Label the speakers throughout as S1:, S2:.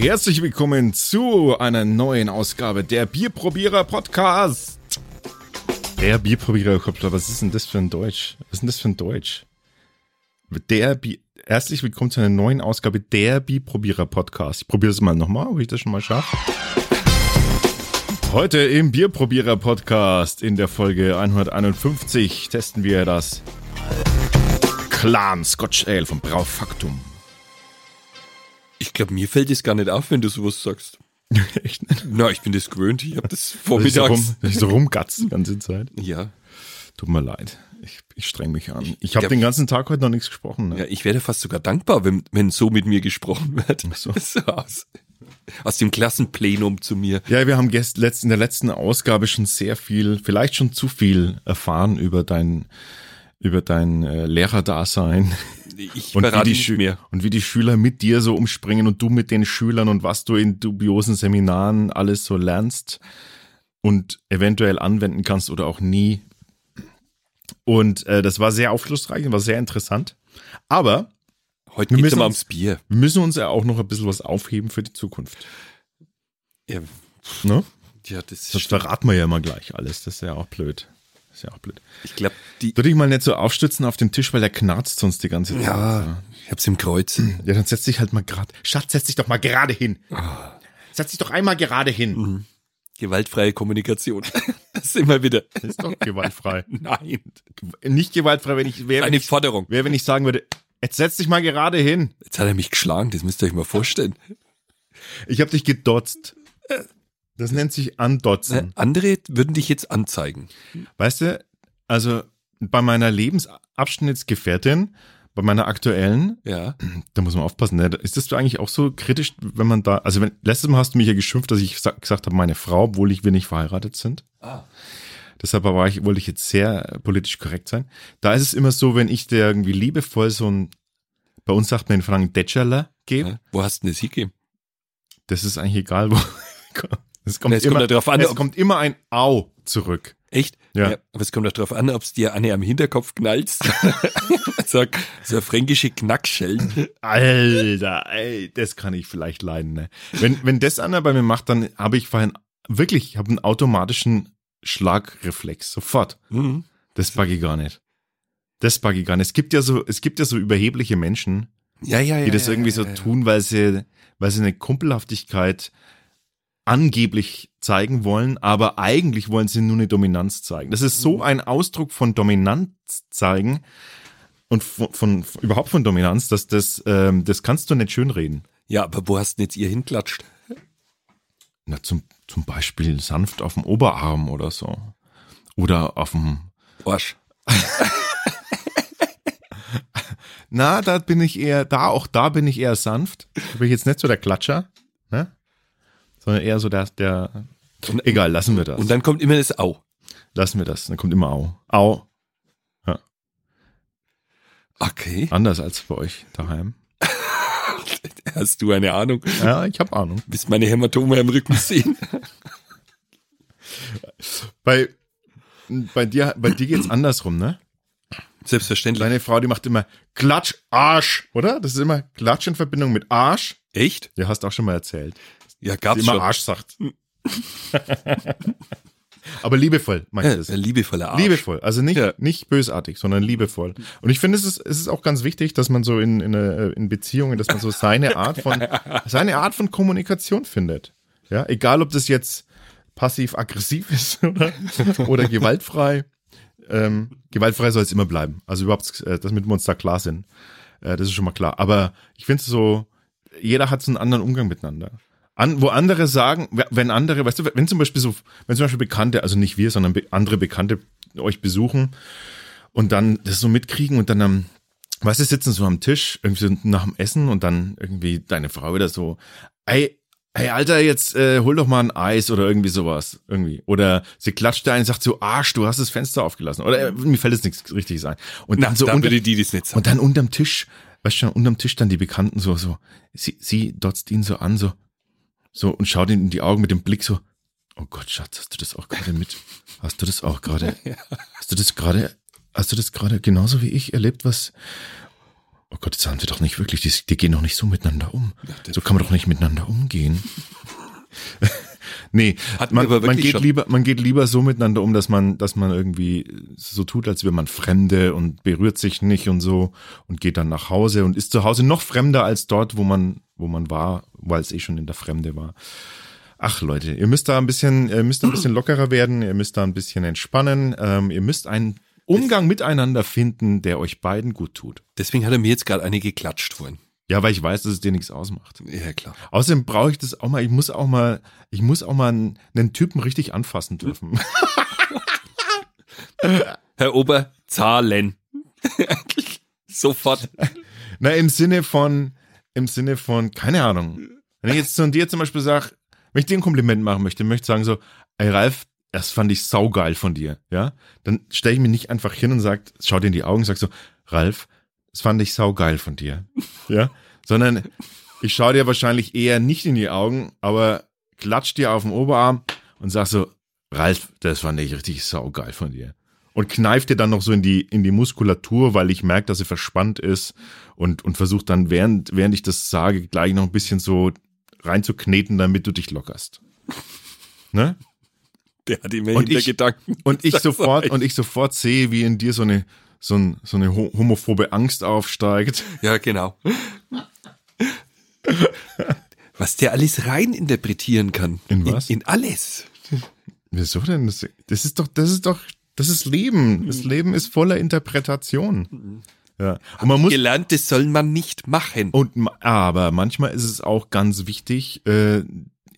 S1: Herzlich willkommen zu einer neuen Ausgabe der Bierprobierer Podcast. Der Bierprobierer Kopfler, was ist denn das für ein Deutsch? Was ist denn das für ein Deutsch? Der Bier. Herzlich willkommen zu einer neuen Ausgabe der Bierprobierer Podcast. Ich probiere es mal nochmal, ob ich das schon mal schaffe. Heute im Bierprobierer Podcast in der Folge 151 testen wir das Clan Scotch Ale vom Braufaktum.
S2: Ich glaube, mir fällt es gar nicht auf, wenn du sowas sagst.
S1: Echt ne? nicht?
S2: Na, ich bin das gewöhnt. Ich habe
S1: Dass
S2: das
S1: ich so,
S2: vormittags.
S1: rum, dass ich so rumgatze die ganze Zeit.
S2: Ja,
S1: Tut mir leid. Ich, ich streng mich an. Ich
S2: Ja.
S1: habe den ganzen Tag heute noch nichts gesprochen. Ne?
S2: ja, ich wäre fast sogar dankbar, wenn, wenn so mit mir gesprochen wird.
S1: Ach so.
S2: aus, aus dem Klassenplenum zu mir.
S1: Ja, wir haben gest letzt, in der letzten Ausgabe schon sehr viel, vielleicht schon zu viel erfahren über dein, über dein äh, Lehrerdasein
S2: Ich
S1: und wie,
S2: verrate
S1: die
S2: nicht
S1: Schü-
S2: mehr.
S1: und wie die Schüler mit dir so umspringen und du mit den Schülern und was du in dubiosen Seminaren alles so lernst und eventuell anwenden kannst oder auch nie. Und äh, das war sehr aufschlussreich und war sehr interessant. Aber
S2: Heute
S1: Wir
S2: geht's
S1: müssen
S2: mal
S1: uns-
S2: ums Bier.
S1: wir müssen uns ja auch noch ein bisschen was aufheben für die Zukunft.
S2: Ja,
S1: Ne?
S2: ja das
S1: Das
S2: ist,
S1: verraten wir ja immer gleich alles. Das ist ja auch blöd. Das ist ja auch blöd.
S2: ich glaube, die.
S1: Du dich mal nicht so aufstützen auf dem Tisch, weil der knarzt sonst die ganze Zeit.
S2: Ja, ich hab's im Kreuz.
S1: Ja, dann setz dich halt mal gerade. Schatz, setz dich doch mal gerade hin.
S2: Ah.
S1: Setz dich doch einmal gerade hin.
S2: Mhm. Gewaltfreie Kommunikation. Das sind wir wieder.
S1: Das ist doch gewaltfrei.
S2: Nein.
S1: Nicht gewaltfrei, wenn ich, wäre, wenn
S2: Eine
S1: ich,
S2: Forderung.
S1: wär, wenn ich sagen würde, jetzt setz dich mal gerade hin.
S2: Jetzt hat er mich geschlagen, das müsst ihr euch mal vorstellen.
S1: Hm. Ich habe dich gedotzt. Das nennt sich andotzen.
S2: Äh, Andere würden dich jetzt anzeigen.
S1: Weißt du, also bei meiner Lebensabschnittsgefährtin, bei meiner aktuellen,
S2: Ja.
S1: da muss man aufpassen, ne? ist das eigentlich auch so kritisch, wenn man da, also wenn, letztes Mal hast du mich ja geschimpft, dass ich sa- gesagt habe, meine Frau, obwohl ich, wir nicht verheiratet sind.
S2: Ah.
S1: Deshalb war ich, wollte ich jetzt sehr äh, politisch korrekt sein. Da ist es immer so, wenn ich dir irgendwie liebevoll so ein, bei uns sagt man in Franken Detscherler gebe,
S2: Ja. Wo hast du denn das hingegeben?
S1: das ist eigentlich egal, wo. Es kommt,
S2: Es kommt
S1: immer,
S2: ja drauf an,
S1: es
S2: ob-
S1: kommt immer ein Au zurück.
S2: Echt?
S1: Ja.
S2: aber es kommt auch drauf an, ob es dir Anne am Hinterkopf knallst. Sag, so eine fränkische Knackschellen.
S1: Alter, ey, das kann ich vielleicht leiden. Ne? Wenn, wenn das einer bei mir macht, dann habe ich vorhin wirklich, ich habe einen automatischen Schlagreflex sofort.
S2: Mhm.
S1: Das bug ich gar nicht. Das bug ich gar nicht. Es gibt ja so, es gibt ja so überhebliche Menschen,
S2: Ja, ja, ja.
S1: die das
S2: ja,
S1: irgendwie
S2: ja,
S1: so
S2: ja, ja.
S1: tun, weil sie, weil sie eine Kumpelhaftigkeit angeblich zeigen wollen, aber eigentlich wollen sie nur eine Dominanz zeigen. Das ist
S2: Mhm.
S1: so ein Ausdruck von Dominanz zeigen und von, von überhaupt von Dominanz, dass das, ähm, das kannst du nicht schönreden.
S2: Ja, aber wo hast du denn jetzt ihr hinklatscht?
S1: Na, zum, zum Beispiel sanft auf dem Oberarm oder so. Oder auf dem.
S2: Arsch.
S1: Na, da bin ich eher, da, auch da bin ich eher sanft. Da bin ich jetzt nicht so der Klatscher, ne? Sondern eher so der, der.
S2: Und-
S1: Egal, lassen wir das.
S2: Und dann kommt immer das Au.
S1: Lassen wir das. Dann kommt immer Au. Au.
S2: Okay.
S1: Anders als bei euch daheim.
S2: Hast du eine Ahnung?
S1: Ja, ich habe Ahnung.
S2: Willst meine Hämatome am Rücken sehen?
S1: Bei, bei dir, bei dir geht's andersrum, ne?
S2: Selbstverständlich.
S1: Deine Frau, die macht immer Klatsch, Arsch, oder? Das ist immer Klatsch in Verbindung mit Arsch.
S2: Echt?
S1: Ja, hast du auch schon mal erzählt.
S2: Ja,
S1: Die
S2: gab's
S1: immer
S2: schon.
S1: Arsch sagt. Aber liebevoll, meinst
S2: Ja,
S1: du das?
S2: ein liebevoller Arsch.
S1: Liebevoll, also nicht,
S2: Ja.
S1: nicht bösartig, sondern liebevoll. Und ich finde, es ist, es ist auch ganz wichtig, dass man so in, in, äh, in Beziehungen, dass man so seine Art von, seine Art von Kommunikation findet. Ja, egal ob das jetzt passiv-aggressiv ist oder, oder gewaltfrei. Ähm, gewaltfrei soll es immer bleiben. Also überhaupt, äh, damit wir uns da klar sind. Äh, das ist schon mal klar. Aber ich finde es so, jeder hat so einen anderen Umgang miteinander. An, wo andere sagen, wenn andere, weißt du, wenn zum Beispiel so, wenn zum Beispiel Bekannte, also nicht wir, sondern be andere Bekannte euch besuchen und dann das so mitkriegen und dann am, weißt du, sitzen so am Tisch, irgendwie so nach dem Essen und dann irgendwie deine Frau wieder so, ey, hey Alter, jetzt äh, hol doch mal ein Eis oder irgendwie sowas. Irgendwie. Oder sie klatscht da ein und sagt so, Arsch, du hast das Fenster aufgelassen. Oder äh, mir fällt jetzt nichts richtiges ein. Und
S2: Na,
S1: dann so
S2: da
S1: unter,
S2: würde die das nicht sagen.
S1: und dann unterm Tisch, weißt du schon, unterm Tisch dann die Bekannten so, so, sie, sie dotzt ihn so an, so, so, und schaut ihm in die Augen mit dem Blick so, oh Gott, Schatz, hast du das auch gerade mit? Hast du das auch gerade? Hast du das gerade, hast du das gerade genauso wie ich erlebt, was, oh Gott, das haben sie doch nicht wirklich, die, die gehen doch nicht so miteinander um. So kann man doch nicht miteinander umgehen. nee,
S2: Hatten
S1: man,
S2: wir aber
S1: man,
S2: wirklich
S1: geht
S2: schon.
S1: lieber, man geht lieber so miteinander um, dass man, dass man irgendwie so tut, als wäre man Fremde und berührt sich nicht und so und geht dann nach Hause und ist zu Hause noch fremder als dort, wo man, wo man war, weil es eh schon in der Fremde war. Ach Leute, ihr müsst da ein bisschen, ihr müsst ein bisschen lockerer werden, ihr müsst da ein bisschen entspannen, ähm, ihr müsst einen Umgang miteinander finden, der euch beiden gut tut.
S2: Deswegen hat er mir jetzt gerade eine geklatscht vorhin.
S1: Ja, weil ich weiß, dass es dir nichts ausmacht.
S2: Ja, klar.
S1: Außerdem brauche ich das auch mal, ich muss auch mal, ich muss auch mal einen, einen Typen richtig anfassen dürfen.
S2: Herr Ober, zahlen. Sofort.
S1: Na, im Sinne von, im Sinne von, keine Ahnung. Wenn ich jetzt zu dir zum Beispiel sage, wenn ich dir ein Kompliment machen möchte, möchte ich sagen so, ey Ralf, das fand ich saugeil von dir, ja? Dann stelle ich mich nicht einfach hin und sag, schau dir in die Augen und sag so, Ralf, das fand ich saugeil von dir, ja? Sondern ich schaue dir wahrscheinlich eher nicht in die Augen, aber klatsch dir auf den Oberarm und sag so, Ralf, das fand ich richtig saugeil von dir. Und kneift dir dann noch so in die, in die Muskulatur, weil ich merke, dass sie verspannt ist und, und versucht dann, während, während ich das sage, gleich noch ein bisschen so reinzukneten, damit du dich lockerst. Ne?
S2: Der hat immer
S1: Und ich-
S2: Hintergedanken.
S1: Und ich
S2: Das
S1: sofort,
S2: war
S1: und ich sofort sehe, wie in dir so eine, so, ein, so eine ho- homophobe Angst aufsteigt.
S2: Ja, genau. Was der alles rein interpretieren kann.
S1: In was?
S2: In, in alles.
S1: Wieso denn? Das, das ist doch, das ist doch, das ist Leben. Das Leben ist voller Interpretation. Ja. Und man muss,
S2: Gelernt, das soll man nicht machen.
S1: und, ma- aber manchmal ist es auch ganz wichtig, äh,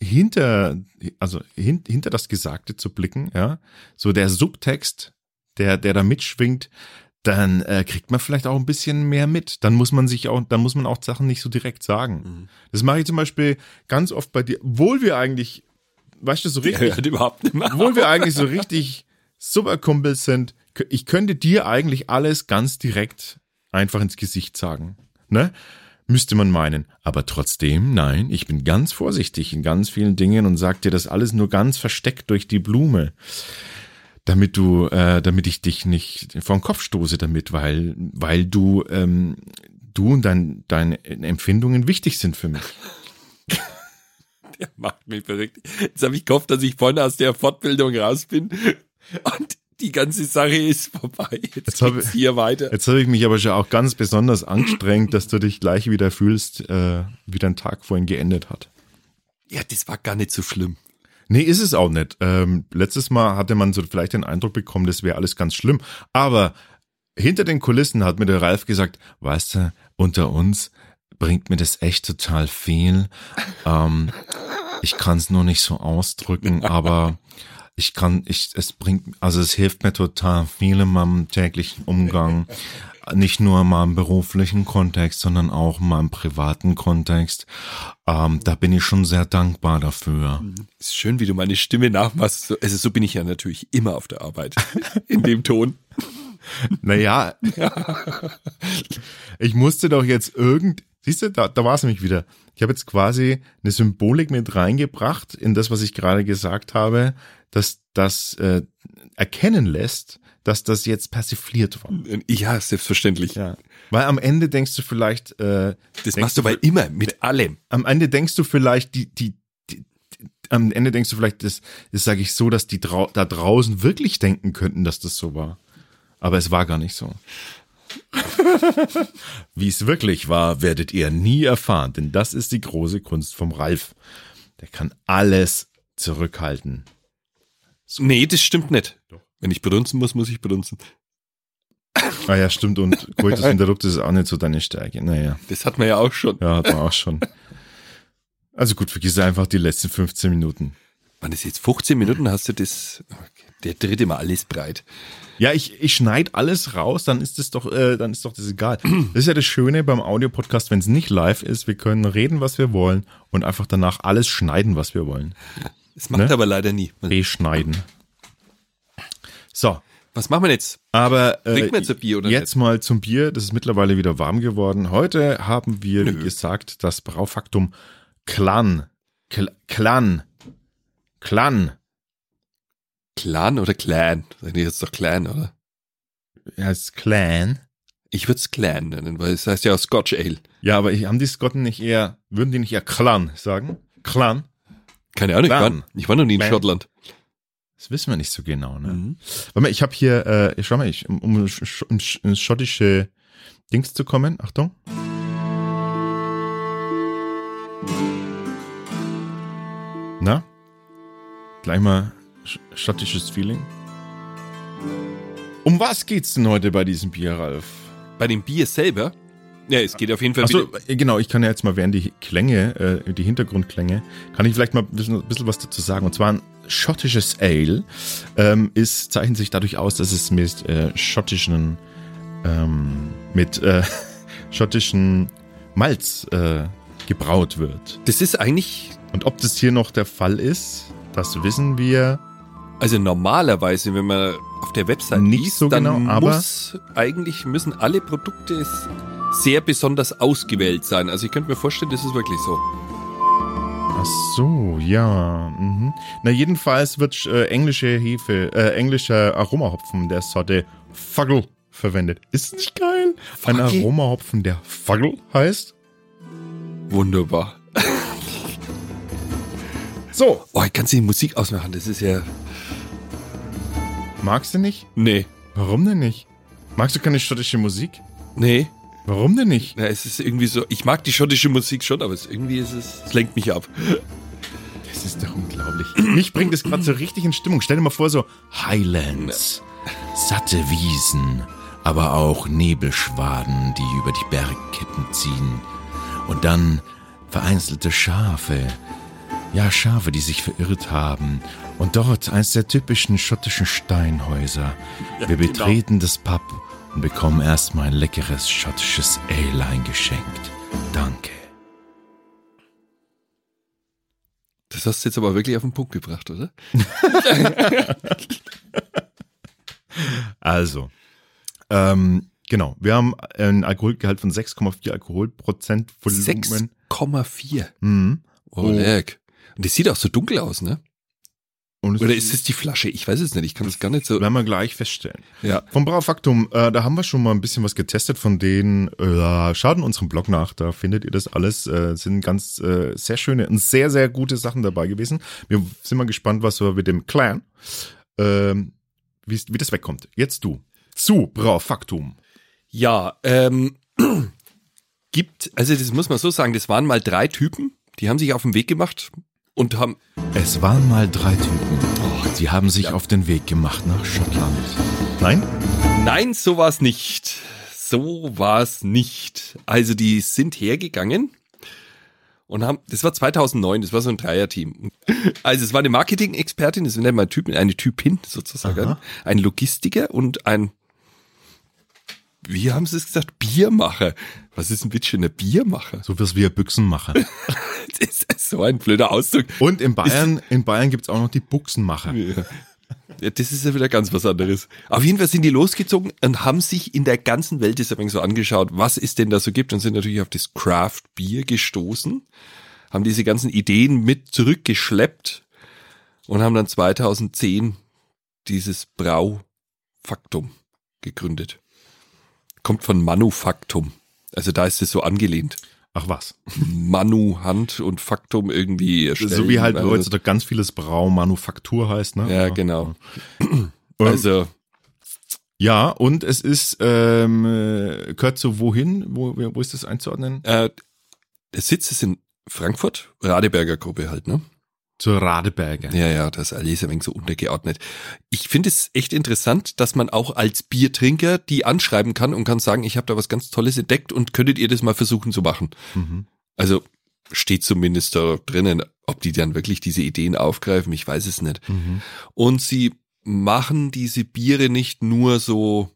S1: hinter, also hin, hinter das Gesagte zu blicken, ja. So der Subtext, der, der da mitschwingt, dann äh, kriegt man vielleicht auch ein bisschen mehr mit. Dann muss man sich auch, dann muss man auch Sachen nicht so direkt sagen. Das mache ich zum Beispiel ganz oft bei dir, obwohl wir eigentlich, weißt du, so
S2: Er
S1: richtig
S2: hört überhaupt nicht mehr.
S1: obwohl wir eigentlich so richtig Superkumpels sind, k- ich könnte dir eigentlich alles ganz direkt einfach ins Gesicht sagen. Ne? Müsste man meinen. Aber trotzdem, nein, ich bin ganz vorsichtig in ganz vielen Dingen und sag dir das alles nur ganz versteckt durch die Blume. Damit du, äh, damit ich dich nicht vor den Kopf stoße damit, weil, weil du, ähm, du und dein, deine Empfindungen wichtig sind für mich.
S2: Der macht mich verrückt. Jetzt habe ich gehofft, dass ich vorne aus der Fortbildung raus bin und die ganze Sache ist vorbei. Jetzt,
S1: Jetzt hab
S2: geht's
S1: ich-
S2: hier weiter.
S1: Jetzt habe ich mich aber schon auch ganz besonders angestrengt, dass du dich gleich wieder fühlst, äh, wie dein Tag vorhin geendet hat.
S2: Ja, das war gar nicht so schlimm.
S1: Nee, ist es auch nicht. Ähm, letztes Mal hatte man so vielleicht den Eindruck bekommen, das wäre alles ganz schlimm. Aber hinter den Kulissen hat mir der Ralf gesagt, weißt du, unter uns bringt mir das echt total viel. Ähm, ich kann es nur nicht so ausdrücken, aber ich kann, ich, es bringt, also es hilft mir total viel in meinem täglichen Umgang. Nicht nur in meinem beruflichen Kontext, sondern auch in meinem privaten Kontext. Ähm, da bin ich schon sehr dankbar dafür.
S2: Ist schön, wie du meine Stimme nachmachst. So- Also so bin ich ja natürlich immer auf der Arbeit. In dem Ton.
S1: Naja, ich musste doch jetzt irgend. Siehst du, da, da war es nämlich wieder. Ich habe jetzt quasi eine Symbolik mit reingebracht in das, was ich gerade gesagt habe, dass das äh, erkennen lässt, dass das jetzt persifliert war.
S2: Ja, selbstverständlich.
S1: Ja. Weil am Ende denkst du vielleicht, äh,
S2: Das
S1: Denkst
S2: machst du bei immer, mit allem.
S1: am Ende denkst du vielleicht, die, die, die, die am Ende denkst du vielleicht, das, das sage ich so, dass die drau da draußen wirklich denken könnten, dass das so war. Aber es war gar nicht so. Wie es wirklich war, werdet ihr nie erfahren, denn das ist die große Kunst vom Ralf. Der kann alles zurückhalten.
S2: Nee, das stimmt nicht. Wenn ich brunzen muss, muss ich brunzen.
S1: Ah ja, stimmt, und Coitus Interruptus ist auch nicht so deine Stärke. Naja,
S2: Das hat man ja auch schon.
S1: ja, hat man auch schon. Also gut, vergiss einfach die letzten 15 Minuten.
S2: Wann ist jetzt 15 Minuten? Hast du das? Okay. Der dreht immer alles breit.
S1: Ja, ich, ich schneide alles raus, dann ist es doch, äh, dann ist doch das egal. Das ist ja das Schöne beim Audiopodcast, wenn es nicht live ist, wir können reden, was wir wollen und einfach danach alles schneiden, was wir wollen.
S2: Das macht
S1: Ne?
S2: aber leider nie.
S1: Beschneiden. So,
S2: Was machen wir jetzt?
S1: aber äh,
S2: Trinken wir jetzt ein Bier oder
S1: jetzt mal zum Bier. Das ist mittlerweile wieder warm geworden. Heute haben wir, wie gesagt, das Braufaktum Clan. Cl Clan. Clan.
S2: Clan oder Clan? Sag ich jetzt doch Clan, oder?
S1: Heißt Clan.
S2: Ich würde es Clan nennen, weil es heißt ja auch Scotch Ale.
S1: Ja, aber haben die Schotten nicht eher, würden die nicht eher Clan sagen? Clan?
S2: Keine Ahnung, ich
S1: Clan.
S2: war, ich war noch nie in
S1: Clan.
S2: Schottland.
S1: Das wissen wir nicht so genau, ne?
S2: Mhm.
S1: Warte mal, ich habe hier, äh, schau mal, ich, um, um, sch- um sch- ins schottische Dings zu kommen, Achtung. Na? Gleich mal sch- schottisches Feeling. Um was geht's denn heute bei diesem Bier, Ralf?
S2: Bei dem Bier selber? Ja, es geht auf jeden Fall
S1: Achso,
S2: wieder-
S1: äh, genau, ich kann ja jetzt mal während die Klänge, äh, die Hintergrundklänge, kann ich vielleicht mal ein bisschen, ein bisschen was dazu sagen. Und zwar ein schottisches Ale ähm, ist, zeichnet sich dadurch aus, dass es mit äh, schottischen, ähm, mit äh, schottischen Malz äh, gebraut wird.
S2: Das ist eigentlich,
S1: Und ob das hier noch der Fall ist, das wissen wir.
S2: also normalerweise, wenn man auf der Website
S1: Nicht
S2: liest,
S1: so
S2: dann
S1: genau, aber-
S2: muss, eigentlich müssen alle Produkte s- sehr besonders ausgewählt sein. Also ich könnte mir vorstellen, das ist wirklich so.
S1: Ach so, ja. Mhm. Na jedenfalls wird äh, englische Hefe, äh, englischer Aromahopfen der Sorte Fuggle verwendet. Ist nicht geil? Ein
S2: Fuggle?
S1: Aromahopfen, der Fuggle heißt.
S2: Wunderbar.
S1: So,
S2: Oh, ich kann die Musik ausmachen, das ist ja...
S1: magst du nicht?
S2: Nee,
S1: Warum denn nicht? Magst du keine schottische Musik?
S2: nee.
S1: Warum denn nicht?
S2: Ja, es ist irgendwie so, ich mag die schottische Musik schon, aber es, irgendwie ist es, es lenkt mich ab.
S1: Das ist doch unglaublich. Mich bringt es gerade so richtig in Stimmung. Stell dir mal vor, so Highlands, satte Wiesen, aber auch Nebelschwaden, die über die Bergketten ziehen. Und dann vereinzelte Schafe. Ja, Schafe, die sich verirrt haben. Und dort eins der typischen schottischen Steinhäuser. Wir betreten das Pub und bekommen erstmal ein leckeres schottisches Ale eingeschenkt. Danke.
S2: Das hast du jetzt aber wirklich auf den Punkt gebracht, oder?
S1: Also, ähm, genau. Wir haben ein Alkoholgehalt von 6,4 Alkoholprozent Volumen.
S2: 6,4.
S1: Mhm.
S2: Oh, leck. Und das sieht auch so dunkel aus, ne?
S1: Und
S2: Oder ist es die Flasche? Ich weiß es nicht. Ich kann es gar nicht so.
S1: werden wir gleich feststellen.
S2: Ja.
S1: Vom Braufaktum, äh, da haben wir schon mal ein bisschen was getestet von denen. Äh, schaut in unserem Blog nach, da findet ihr das alles. Äh, sind ganz äh, sehr schöne und sehr, sehr gute Sachen dabei gewesen. Wir sind mal gespannt, was wir mit dem Clan, ähm, wie, wie das wegkommt. Jetzt du. Zu Braufaktum.
S2: Ja, ähm, gibt, also das muss man so sagen, das waren mal drei Typen, die haben sich auf den Weg gemacht und haben,
S1: Es waren mal drei Typen. Sie Oh, haben sich auf den Weg gemacht nach Schottland. Nein?
S2: nein, so war's nicht. So war's nicht. Also die sind hergegangen und haben, das war 2009, das war so ein Dreierteam. Also es war eine Marketing-Expertin, das nennt man Typen, eine Typin sozusagen,
S1: Aha.
S2: ein Logistiker und ein, wie haben sie es gesagt, Biermacher. Was ist ein bitte schön ein Biermacher?
S1: So was wir Büchsen machen.
S2: Das ist so ein blöder Ausdruck.
S1: Und in Bayern, in Bayern gibt's auch noch die Buchsenmacher.
S2: Ja, das ist ja wieder ganz was anderes. Auf jeden Fall sind die losgezogen und haben sich in der ganzen Welt das übrigens so angeschaut, was es denn da so gibt und sind natürlich auf das Craft Bier gestoßen, haben diese ganzen Ideen mit zurückgeschleppt und haben dann 2010 dieses Braufaktum gegründet. Kommt von Manufaktum. Also da ist es so angelehnt.
S1: Ach was.
S2: Manu Hand und Faktum irgendwie erstellen.
S1: So wie halt
S2: Also-
S1: heutzutage ganz vieles Braumanufaktur heißt, ne?
S2: Ja, genau. Also,
S1: Ja, und es ist, ähm, äh, gehört zu wohin? Wo, wo ist das einzuordnen?
S2: äh, der Sitz ist in Frankfurt, Radeberger Gruppe halt, ne?
S1: Zur Radeberger.
S2: Ja, ja, das ist alles ein wenig so untergeordnet. Ich finde es echt interessant, dass man auch als Biertrinker die anschreiben kann und kann sagen, ich habe da was ganz Tolles entdeckt und könntet ihr das mal versuchen zu machen.
S1: Mhm.
S2: Also steht zumindest da drinnen, ob die dann wirklich diese Ideen aufgreifen, ich weiß es nicht.
S1: Mhm.
S2: Und sie machen diese Biere nicht nur so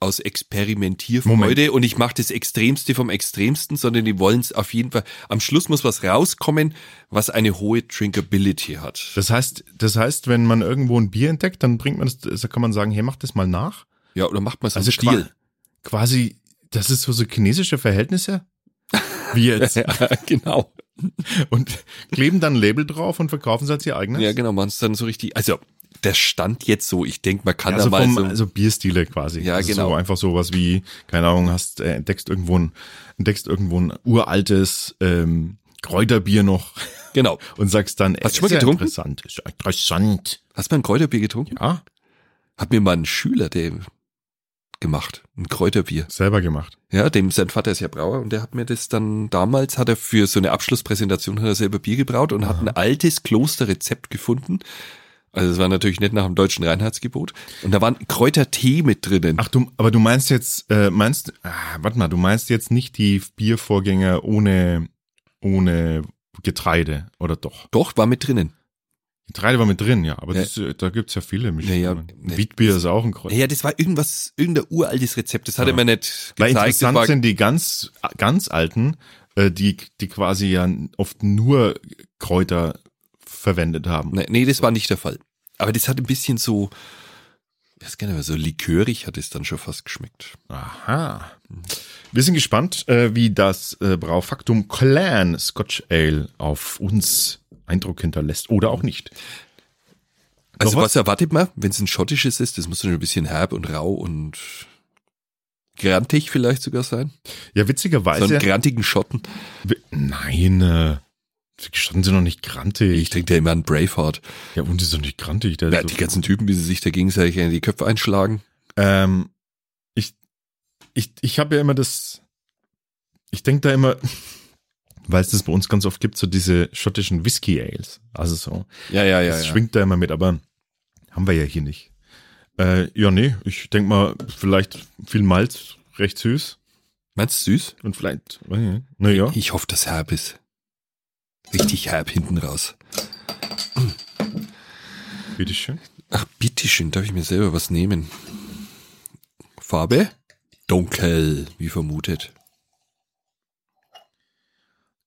S2: aus Experimentierfreude und ich mache das Extremste vom Extremsten, sondern die wollen es auf jeden Fall. Am Schluss muss was rauskommen, was eine hohe Drinkability hat.
S1: Das heißt, das heißt, wenn man irgendwo ein Bier entdeckt, dann bringt man das, da kann man sagen, hey, mach das mal nach.
S2: ja, oder macht man es
S1: Also
S2: im Stil?
S1: qua- quasi, das ist so, so chinesische Verhältnisse. Wie jetzt.
S2: Ja, genau.
S1: Und kleben dann ein Label drauf und verkaufen es als ihr eigenes.
S2: genau. Ja, genau, man es dann so richtig. Also, das stand jetzt so. Ich denke, man kann
S1: Also,
S2: da mal
S1: vom,
S2: so.
S1: also Bierstile quasi.
S2: Ja,
S1: Das ist
S2: genau.
S1: So einfach sowas wie, keine Ahnung, hast, äh, entdeckst irgendwo ein, entdeckst irgendwo ein uraltes ähm, Kräuterbier noch
S2: genau.
S1: und sagst dann,
S2: Hast du schon mal
S1: ist ja
S2: getrunken?
S1: interessant, ist ja interessant.
S2: Hast du mal ein Kräuterbier getrunken?
S1: Ja,
S2: Hat mir mal ein Schüler der gemacht. Ein Kräuterbier.
S1: selber gemacht.
S2: Ja, dem sein Vater ist ja Brauer und der hat mir das dann damals, hat er für so eine Abschlusspräsentation, hat er selber Bier gebraut und hat ein altes Klosterrezept gefunden. Also es war natürlich nicht nach dem deutschen Reinheitsgebot. Und da waren Kräutertee mit drinnen.
S1: Ach, du, aber du meinst jetzt, äh, meinst, ah, warte mal, du meinst jetzt nicht die Biervorgänger ohne, ohne Getreide, oder doch?
S2: Doch, war mit drinnen.
S1: Getreide war mit drin, ja, aber
S2: Ja.
S1: Das, äh, da gibt's ja viele Mischungen.
S2: Ja, ja, nee.
S1: Wheatbier ist auch ein Kräuter.
S2: Ja, das war irgendwas, irgendein uraltes Rezept. Das hat er mir nicht
S1: Weil
S2: gezeigt. Das
S1: interessant
S2: war,
S1: sind die ganz, ganz alten, äh, die, die quasi ja oft nur Kräuter verwendet haben.
S2: nee, nee, das war nicht der Fall. Aber das hat ein bisschen so, ich weiß gar nicht mehr, so likörig hat es dann schon fast geschmeckt.
S1: Aha. Wir sind gespannt, äh, wie das äh, Braufaktum Clan Scotch Ale auf uns Eindruck hinterlässt oder auch nicht.
S2: Also
S1: Noch
S2: was?
S1: was?
S2: erwartet man, wenn es ein schottisches ist? Das muss schon ein bisschen herb und rau und grantig vielleicht sogar sein.
S1: Ja,
S2: so einen
S1: witzigerweise.
S2: grantigen Schotten.
S1: wi- Nein, äh, die Schotten sind noch nicht
S2: Ich
S1: grantig.
S2: denke ja immer an Braveheart.
S1: Ja, und die sind nicht grantig. Der
S2: Ja,
S1: so-
S2: die ganzen Typen, wie sie sich da gegenseitig in die Köpfe einschlagen.
S1: Ähm, ich ich, ich habe ja immer das, ich denke da immer, weil es das bei uns ganz oft gibt, so diese schottischen Whisky-Ales. Also so,
S2: Ja, ja, ja.
S1: das
S2: ja.
S1: schwingt da immer mit, aber haben wir ja hier nicht. Äh, ja, nee, ich denke mal, vielleicht viel Malz, recht süß
S2: Meinst du süß?
S1: und vielleicht, naja.
S2: Ich hoffe, das herb ist. Richtig herb hinten raus.
S1: Bitteschön.
S2: Ach, bitteschön, darf ich mir selber was nehmen? Farbe? Dunkel, wie vermutet.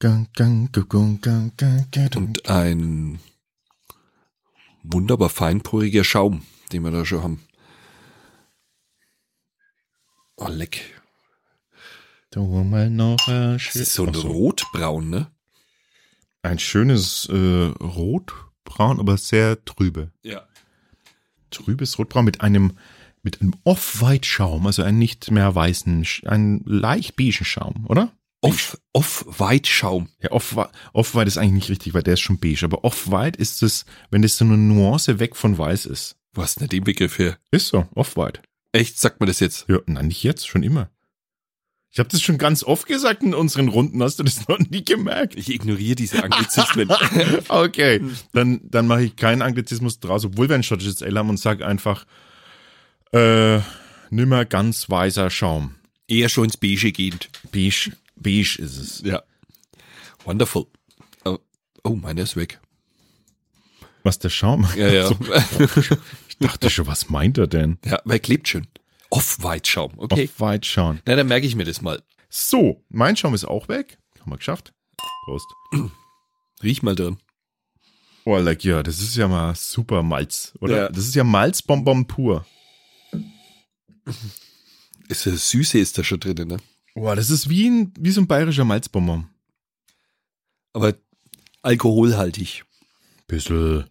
S2: Und ein wunderbar feinporiger Schaum, den wir da schon haben. Oh, leck. Das ist so ein rotbraun, ne?
S1: Ein schönes äh, Rotbraun, aber sehr trübe.
S2: Ja.
S1: trübes Rotbraun mit einem mit einem Off-White-Schaum, also einen nicht mehr weißen, Sch- einen leicht beigen Schaum, oder?
S2: Off, Off-White-Schaum.
S1: Ja, Off-Whi- Off-White ist eigentlich nicht richtig, weil der ist schon beige, aber Off-White ist es, wenn das so eine Nuance weg von weiß ist.
S2: Du hast nicht den Begriff hier.
S1: Ist so, Off-White.
S2: Echt, sagt man das jetzt?
S1: Ja, nein, nicht jetzt, schon immer. Ich habe das schon ganz oft gesagt in unseren Runden, hast du das noch nie gemerkt?
S2: Ich ignoriere diese Anglizismen.
S1: okay,
S2: Hm.
S1: dann, dann mache ich keinen Anglizismus draus, obwohl wir ein schottisches Ale haben und sage einfach, äh, nimmer ganz weißer Schaum.
S2: Eher schon ins Beige gehend.
S1: Beige, beige ist es.
S2: Ja. Wonderful. Oh, oh meiner ist weg.
S1: Was der Schaum?
S2: Ja, ja.
S1: So, ich dachte schon, was meint er denn?
S2: Ja, weil klebt schon. Off-White-Schaum. Okay.
S1: Auf weit schauen.
S2: Na, dann merke ich mir das mal.
S1: So, mein Schaum ist auch weg. Haben wir geschafft. Prost.
S2: Riech mal dran.
S1: Oh, like, ja, das ist ja mal super Malz, oder?
S2: Ja.
S1: Das ist ja Malzbonbon pur.
S2: Ist das Süße ist da schon drin, ne?
S1: Oh, das ist wie, ein, wie so ein bayerischer Malzbonbon.
S2: Aber alkoholhaltig.
S1: Bisschen.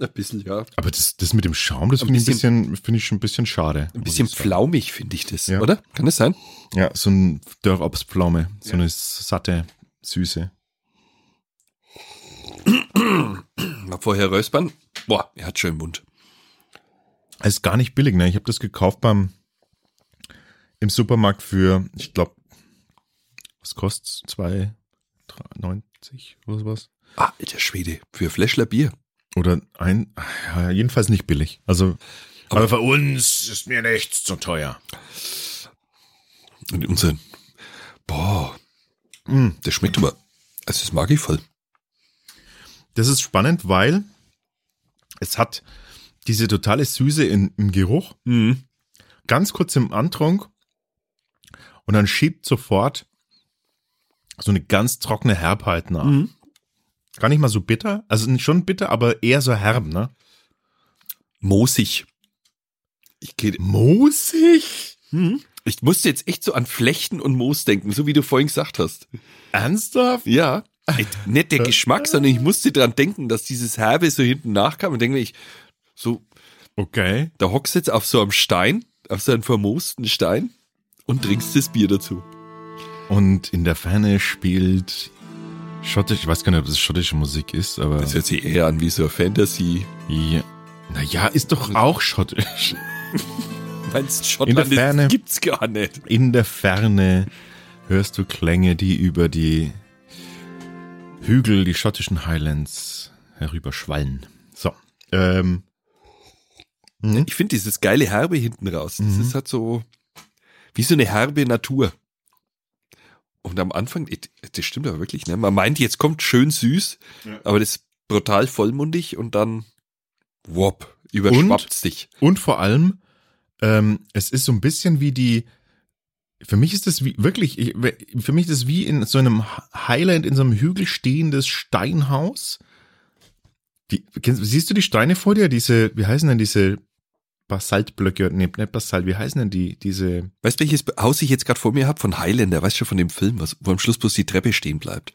S2: Ein bisschen, ja.
S1: Aber das, das mit dem Schaum, das
S2: Ein
S1: finde ich, ein bisschen- finde ich schon ein bisschen schade.
S2: Ein bisschen
S1: Pflaume.
S2: pflaumig finde ich das,
S1: Ja.
S2: oder? Kann das sein?
S1: Ja, so ein Dörrobstpflaume. So
S2: Ja.
S1: eine satte, süße.
S2: Mal vorher räuspern. Boah, er hat schön im Mund.
S1: ist gar nicht billig, ne? Ich habe das gekauft beim im Supermarkt für, ich glaube, was kostet's? 2,90 oder sowas?
S2: Ah, alter Schwede. Für ein Fläschler Bier.
S1: Oder ein, ja, jedenfalls nicht billig. Also,
S2: Aber-
S1: aber, für uns ist mir nichts zu teuer.
S2: Und unseren. Boah,
S1: Mm,
S2: das schmeckt aber. Also, das mag ich voll.
S1: Das ist spannend, weil es hat diese totale Süße in, im Geruch,
S2: Mhm.
S1: ganz kurz im Antrunk und dann schiebt sofort so eine ganz trockene Herbheit nach.
S2: Mhm.
S1: Gar nicht mal so bitter. Also nicht schon bitter, aber eher so herb, ne?
S2: Moosig. Ich gehe
S1: Moosig?
S2: Ich musste jetzt echt so an Flechten und Moos denken, so wie du vorhin gesagt hast.
S1: Ernsthaft?
S2: Ja. Nicht der Geschmack, sondern ich musste dran denken, dass dieses Herbe so hinten nachkam und denke mir, ich, So,
S1: Okay.
S2: da hockst jetzt auf so einem Stein, auf so einem vermoosten Stein und trinkst das Bier dazu.
S1: Und in der Ferne spielt schottisch, ich weiß gar nicht, ob das schottische Musik ist, aber.
S2: Das hört sich eher an wie so eine Fantasy.
S1: ja. Naja, ist doch auch schottisch.
S2: Meinst
S1: In
S2: du,
S1: der
S2: Schottland
S1: Ferne.
S2: das gibt's gar nicht.
S1: In der Ferne hörst du Klänge, die über die Hügel, die schottischen Highlands herüberschwallen. So. Ähm,
S2: Ich finde dieses geile Herbe hinten raus. Das
S1: Mhm.
S2: ist halt so wie so eine herbe Natur. Und am Anfang, eh, das stimmt aber wirklich, ne? Man meint, jetzt kommt schön süß,
S1: Ja.
S2: aber das ist brutal vollmundig und dann wop, überschwappt's dich.
S1: und vor allem, ähm, es ist so ein bisschen wie die. Für mich ist das wie, wirklich, ich, für mich ist das wie in so einem Highland, in so einem Hügel stehendes Steinhaus. Die, kennst, siehst du die Steine vor dir? Diese, wie heißen denn diese Basaltblöcke? Nee, nicht Basalt, wie heißen denn die, diese,
S2: Weißt du, welches Haus ich jetzt gerade vor mir habe? Von Highlander, weißt du schon von dem Film, was, wo am Schluss bloß die Treppe stehen bleibt.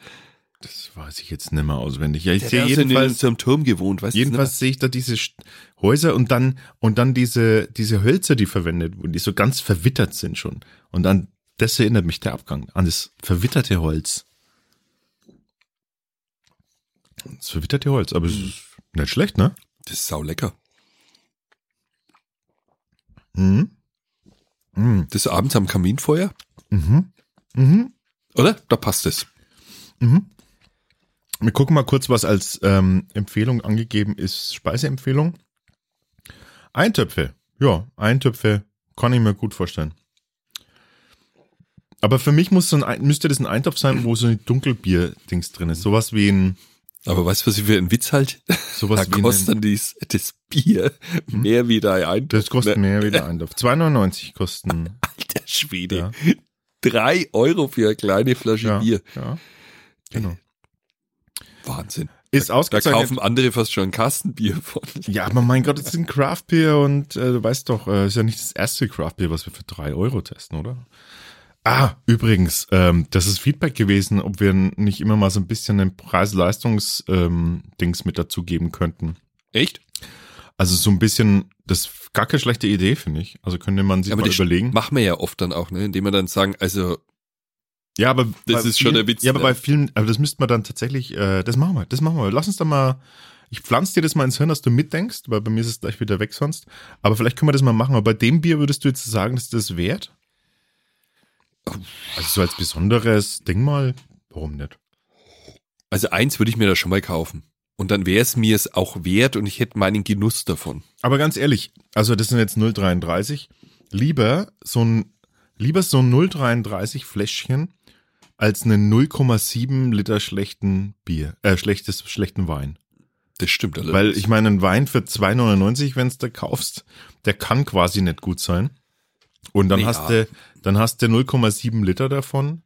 S1: Das weiß ich jetzt nicht mehr auswendig. Ja, ich
S2: Der
S1: sehe
S2: hat so in
S1: jedenfalls,
S2: so einem Turm gewohnt, weißt du? ne?
S1: jedenfalls sehe ich da diese Sch- Häuser und dann, und dann diese, diese Hölzer, die verwendet wurden, die so ganz verwittert sind schon. Und dann, das erinnert mich der Abgang an das verwitterte Holz. Das verwitterte Holz, aber es ist nicht schlecht, ne?
S2: Das ist sau lecker.
S1: Mhm. Mhm.
S2: Das ist abends am Kaminfeuer,
S1: Mhm. Mhm.
S2: oder? Da passt es.
S1: Mhm. Wir gucken mal kurz, was als ähm, Empfehlung angegeben ist. Speiseempfehlung. Eintöpfe. Ja, Eintöpfe kann ich mir gut vorstellen. Aber für mich muss so ein, Ein- müsste das ein Eintopf sein, wo so ein Dunkelbier-Dings drin ist. Sowas wie ein,
S2: Aber weißt du, was ich für einen Witz halt?
S1: sowas
S2: da
S1: wie
S2: kostet
S1: ein,
S2: dann dies, das Bier
S1: Hm?
S2: mehr wie dein Eintopf.
S1: das kostet mehr wie der Eintopf. 2,99 kosten.
S2: Alter Schwede.
S1: Ja.
S2: Drei Euro für eine kleine Flasche
S1: Ja,
S2: Bier.
S1: ja. Genau.
S2: Wahnsinn.
S1: Ist
S2: Da
S1: ausgezeichnet.
S2: kaufen andere fast schon einen Kastenbier von.
S1: Ja, aber mein Gott, das ist ein Craft Beer und äh, du weißt doch, äh, ist ja nicht das erste Craft Beer, was wir für drei Euro testen, oder? Ah, übrigens, ähm, das ist Feedback gewesen, ob wir n- nicht immer mal so ein bisschen ein Preis-Leistungs-Dings mit dazugeben könnten.
S2: Echt?
S1: Also so ein bisschen, das ist gar keine schlechte Idee, finde ich. Also könnte man sich
S2: Aber
S1: mal
S2: das
S1: überlegen.
S2: Machen wir ja oft dann auch, ne? Indem wir dann sagen, also,
S1: Ja, aber
S2: Das
S1: bei
S2: ist schon
S1: vielen-
S2: der Witz,
S1: Ja, aber
S2: ne?
S1: bei vielen, aber das müsste man dann tatsächlich, äh, das machen wir, das machen wir. Lass uns da mal, ich pflanze dir das mal ins Hirn, dass du mitdenkst, weil bei mir ist es gleich wieder weg sonst. Aber vielleicht können wir das mal machen. Aber bei dem Bier würdest du jetzt sagen, dass das wert? Also so als besonderes Ding mal, warum nicht?
S2: also eins würde ich mir da schon mal kaufen. Und dann wäre es mir es auch wert und ich hätte meinen Genuss davon.
S1: Aber ganz ehrlich, also das sind jetzt 0,33. Lieber so ein, lieber so ein 0,33 Fläschchen als einen 0,7 Liter schlechten Bier, äh, schlechtes, schlechten Wein.
S2: Das stimmt allerdings.
S1: Weil ich meine, ein Wein für 2,99, wenn es da kaufst, der kann quasi nicht gut sein. Und dann
S2: Ja.
S1: hast du, dann hast du 0,7 Liter davon.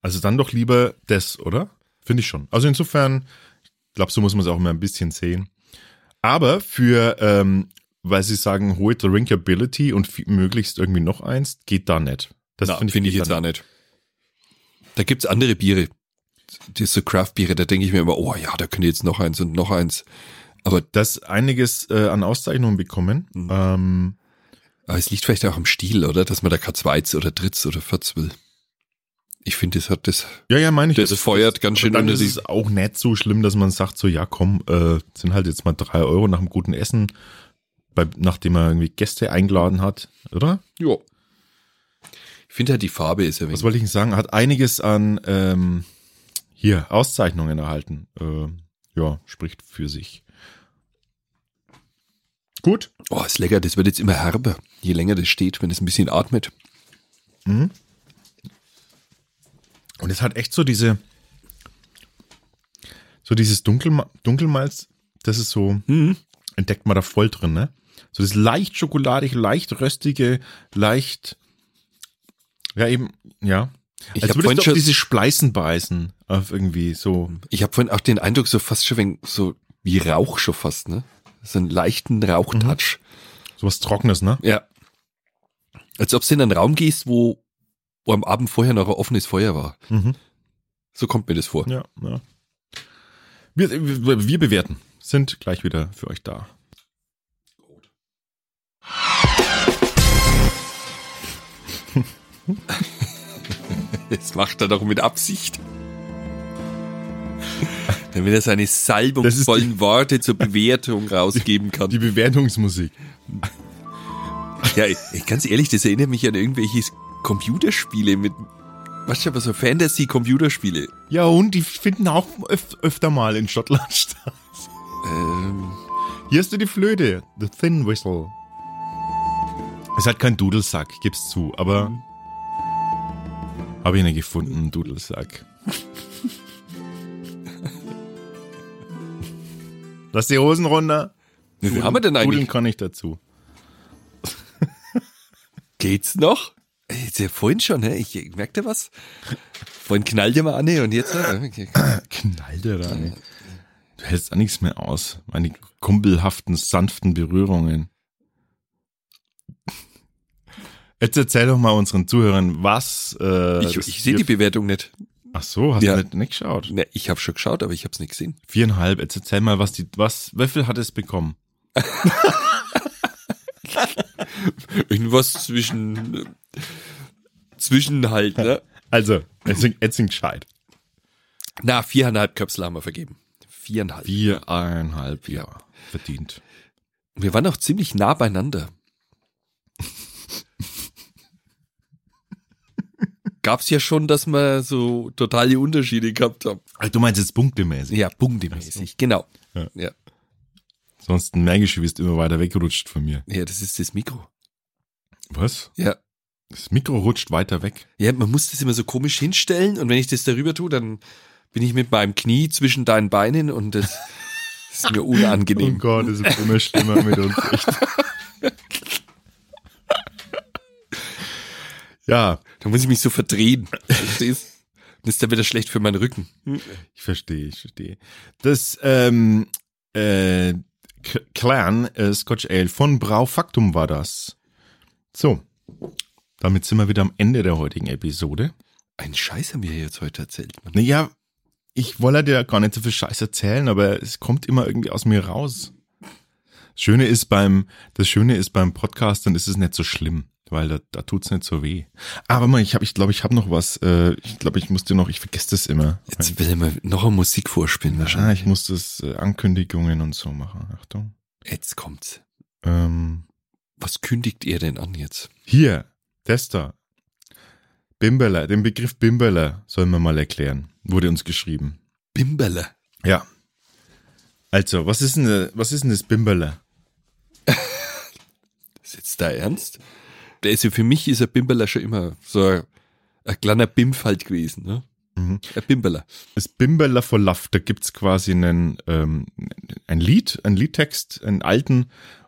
S1: Also dann doch lieber das, oder? Finde ich schon. Also insofern, ich glaube, so muss man es auch immer ein bisschen sehen. Aber für, ähm, weil sie sagen, hohe Drinkability und viel, möglichst irgendwie noch eins, geht da nicht. Das
S2: Na,
S1: finde ich,
S2: find ich
S1: geht
S2: jetzt
S1: da
S2: auch nicht. Da gibt's andere Biere. Das so Craft-Biere, da denke ich mir immer, oh ja, da könnte jetzt noch eins und noch eins.
S1: Das einiges äh, an Auszeichnungen bekommen.
S2: Mhm.
S1: Ähm,
S2: Aber es liegt vielleicht auch am Stil, oder? Dass man da kein Zweiz oder Dritz oder Vierz will. Ich finde, das hat das.
S1: Ja, ja, meine ich.
S2: Das feuert ganz schön
S1: aber Dann
S2: unter
S1: ist
S2: die-
S1: es auch nicht so schlimm, dass man sagt so, ja komm, äh, sind halt jetzt mal drei Euro nach einem guten Essen, bei, nachdem er irgendwie Gäste eingeladen hat, oder?
S2: Ja. Ich finde halt, die Farbe ist ja
S1: Was
S2: wenig.
S1: wollte ich denn sagen? Hat einiges an ähm, hier Auszeichnungen erhalten. Ähm, ja, spricht für sich. Gut.
S2: Oh, ist lecker, das wird jetzt immer herber. Je länger das steht, wenn es ein bisschen atmet.
S1: Und es hat echt so diese, so dieses Dunkelma Dunkelmalz, das ist so,
S2: Mhm.
S1: entdeckt man da voll drin, ne? So das leicht schokoladig, leicht röstige, leicht, ja eben, ja.
S2: Ich
S1: Als
S2: hab vorhin
S1: Also würdest du
S2: schon-
S1: auf diese Spleißen beißen, auf irgendwie so.
S2: Ich habe vorhin auch den Eindruck, so fast schon wegen, so wie Rauch schon fast, ne? So einen leichten
S1: Mhm.
S2: Rauchtouch.
S1: Sowas Trockenes, ne?
S2: Ja. Als ob du in einen Raum gehst, wo, wo am Abend vorher noch ein offenes Feuer war.
S1: Mhm.
S2: So kommt mir das vor.
S1: Ja, ja. Wir, wir, wir bewerten, sind gleich wieder für euch da.
S2: Das macht er doch mit Absicht. Damit er seine
S1: Das
S2: salbungsvollen Worte zur Bewertung rausgeben kann.
S1: Die Bewertungsmusik.
S2: Ja, ich- ich- ganz ehrlich, das erinnert mich an irgendwelche Computerspiele mit, was aber so Fantasy-Computerspiele.
S1: Ja, und die finden auch öf öfter mal in Schottland statt.
S2: Ähm,
S1: Hier hast du die Flöte. The Thin Whistle. Es hat keinen Dudelsack, gib's zu, aber. Habe ich nicht gefunden, einen Dudelsack. Lass die Hosen runter.
S2: wie haben wir denn
S1: Dudeln
S2: eigentlich?
S1: kann ich dazu.
S2: Geht's noch? Ey, Jetzt ja vorhin schon, hä? Ich, ich merkte was. Vorhin knallte mal an, und jetzt. äh, okay.
S1: Ah, Knall dir da
S2: ne?
S1: nicht. Du hältst an nichts mehr aus. Meine kumpelhaften, sanften Berührungen. Jetzt erzähl doch mal unseren Zuhörern, was. Äh,
S2: Ich,
S1: das
S2: ich sehe die
S1: hier-
S2: Bewertung nicht.
S1: Ach so, hast
S2: Ja.
S1: du nicht, nicht geschaut?
S2: Ne, ich habe schon geschaut, aber ich habe es nicht gesehen.
S1: Viereinhalb. Jetzt erzähl mal, was die. Was, wie viel hat es bekommen?
S2: Irgendwas zwischen. äh, Zwischen halt, ne?
S1: Also, Etzing, Etzing gescheit.
S2: Na, viereinhalb Köpsel haben wir vergeben. Viereinhalb.
S1: Viereinhalb, ja. Verdient.
S2: Wir waren auch ziemlich nah beieinander. Gab's ja schon, dass wir so totale Unterschiede gehabt haben.
S1: Ach, du meinst jetzt punktemäßig.
S2: Ja, punktemäßig, genau.
S1: Ja.
S2: Ja. Ja.
S1: Sonst merkst du, wirst immer weiter wegrutscht von mir.
S2: das ist das Mikro.
S1: Was?
S2: Ja.
S1: Das Mikro rutscht weiter weg.
S2: Ja, man muss das immer so komisch hinstellen und wenn ich das darüber tue, dann bin ich mit meinem Knie zwischen deinen Beinen und das ist mir unangenehm.
S1: Oh Gott, es wird immer schlimmer mit uns. Echt. ja,
S2: Da muss ich mich so verdrehen. Verstehst? Das ist dann wieder schlecht für meinen Rücken.
S1: ich verstehe, ich verstehe. Das ähm, äh, K- Clan äh, Scotch Ale von Brau Factum war das. So, damit sind wir wieder am Ende der heutigen Episode.
S2: Ein Scheiß haben wir jetzt heute erzählt. Mann.
S1: Naja, ich wollte dir gar nicht so viel Scheiß erzählen, aber es kommt immer irgendwie aus mir raus. Das Schöne ist beim, das Schöne ist beim Podcast, dann ist es nicht so schlimm, weil da, da tut's nicht so weh. Aber mal, ich habe, ich glaube, ich habe noch was. Äh, ich glaube, ich musste noch, ich vergesse das immer.
S2: Jetzt will er mir noch eine Musik vorspielen
S1: Ah,
S2: wahrscheinlich.
S1: ich muss das äh, Ankündigungen und so machen. Achtung.
S2: Jetzt kommt's.
S1: Ähm,
S2: Was kündigt er denn an jetzt?
S1: hier, Tester. Bimberler, den Begriff Bimberler sollen wir mal erklären. Wurde uns geschrieben.
S2: Bimberle.
S1: Ja. Also, was ist denn, was ist denn das Bimberle?
S2: Ist jetzt da ernst? Der ist ja für mich ist ein Bimberler schon immer so ein, ein kleiner Bimpf halt gewesen, ne?
S1: Mhm.
S2: Ein Bimberler.
S1: Das Bimberler for Love, da gibt's quasi einen, ähm, ein Lied, einen Liedtext, einen alten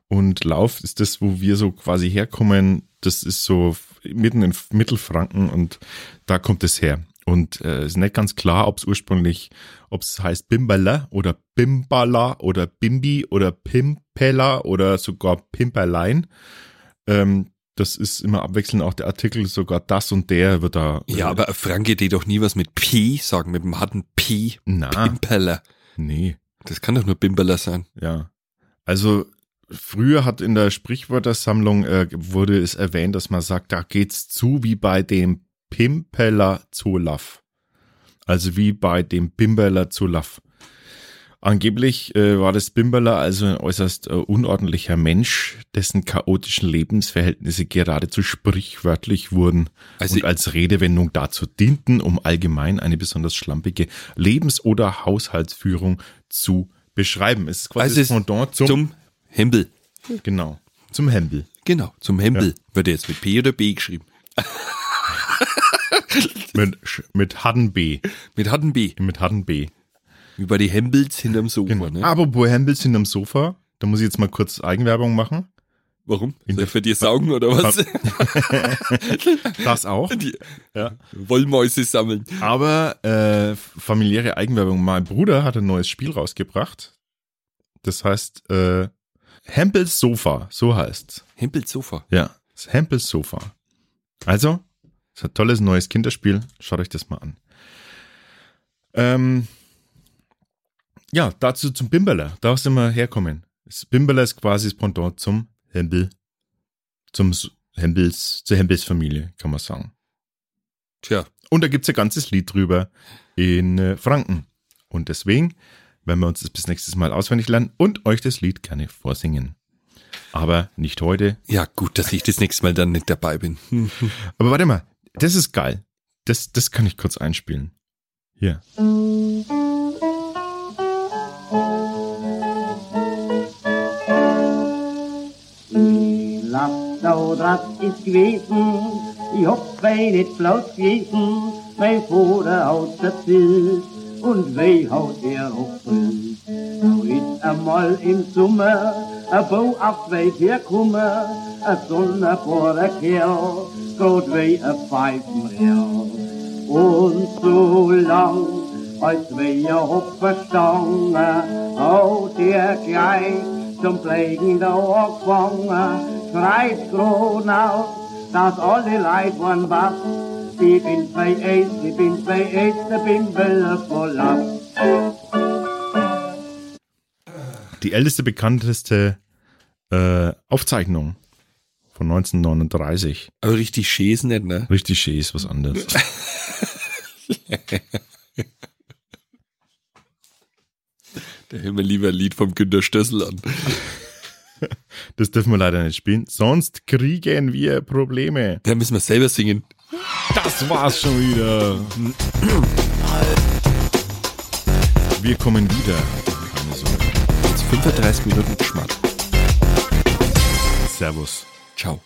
S1: und Lauf ist das, wo wir so quasi herkommen. Das ist so f- mitten in F- Mittelfranken und da kommt es her. Und äh, ist nicht ganz klar, ob es ursprünglich, ob es heißt Bimberler oder Bimbala oder Bimbi oder Pimpella oder sogar Pimperlein. Ähm, das ist immer abwechselnd auch der Artikel, sogar das und der wird da. äh,
S2: Ja, aber ein Franke, die doch nie was mit P sagen, mit dem harten P.
S1: na,
S2: Bimperler.
S1: nee.
S2: Das kann doch nur Bimberler sein.
S1: Ja. Also früher hat in der Sprichwörtersammlung äh, wurde es erwähnt, dass man sagt, da geht's zu wie bei dem Pimpeller Zolaf. Also wie bei dem Bimberler Zolaf. Angeblich äh, war das Bimberler also ein äußerst äh, unordentlicher Mensch, dessen chaotischen Lebensverhältnisse geradezu sprichwörtlich wurden
S2: Also
S1: und als Redewendung dazu dienten, um allgemein eine besonders schlampige Lebens- oder Haushaltsführung zu beschreiben. Es ist quasi
S2: Also
S1: das
S2: es-
S1: Pendant zum,
S2: zum, Hempel.
S1: genau, zum Hempel.
S2: Genau, zum Hempel. Wird er jetzt mit P oder B geschrieben?
S1: Mit, Sch- mit Hadden B.
S2: Mit harten B.
S1: Mit Hadden B. genau.
S2: Wie bei den Hempels hinterm Sofa, ne?
S1: Apropos Hempel sind am Sofa. Da muss ich jetzt mal kurz Eigenwerbung machen.
S2: Warum? Soll ich für dir saugen oder was?
S1: Das auch.
S2: Die
S1: Ja.
S2: Wollmäuse sammeln.
S1: Aber äh, familiäre Eigenwerbung. Mein Bruder hat ein neues Spiel rausgebracht. Das heißt äh, Hempels Sofa. So heißt's.
S2: Hempels Sofa.
S1: Ja, das Hempels Sofa. Also, es hat tolles neues Kinderspiel. Schaut euch das mal an. Ähm, ja, dazu zum Bimberler. Da sind wir herkommen. Das Bimberler ist quasi das Pendant zum Hempel. Zum S- Hempels, zur Hempels Familie, kann man sagen.
S2: Tja.
S1: Und da gibt's ein ganzes Lied drüber in äh, Franken. Und deswegen werden wir uns das bis nächstes Mal auswendig lernen und euch das Lied gerne vorsingen. Aber nicht heute.
S2: Ja, gut, dass ich das nächste Mal dann nicht dabei bin.
S1: Aber warte mal, das ist geil. Das, das kann ich kurz einspielen. Hier.
S3: Die Last da drauf ist gewesen, ich hab wei nicht bloß gewesen, mein Vater hat erzählt und wei hat er erfüllt. Heute einmal im Sommer, ein Bau auf weit herkommen, ein sonderbarer Kerl, geht wei ein Pfeifenreal. Und so lang, als wei er hab verstanden, hat er gleich zum Pflegen der Ohrgefangen, schreit Kron auf, dass alle Leid waren wach. Ich bin bei Eis, ich bin bei Eis, ich bin Welle voll ab.
S1: Die älteste, bekannteste äh, Aufzeichnung von 1939.
S2: Aber richtig schön ist nicht, ne?
S1: Richtig schön ist was anderes.
S2: Da hören wir lieber ein Lied vom Günter Stössel an.
S1: Das dürfen wir leider nicht spielen, sonst kriegen wir Probleme.
S2: Da müssen wir selber singen.
S1: Das war's schon wieder. Wir kommen wieder. Keine Sorge.
S2: Jetzt 35 Minuten Geschmack.
S1: Servus.
S2: Ciao.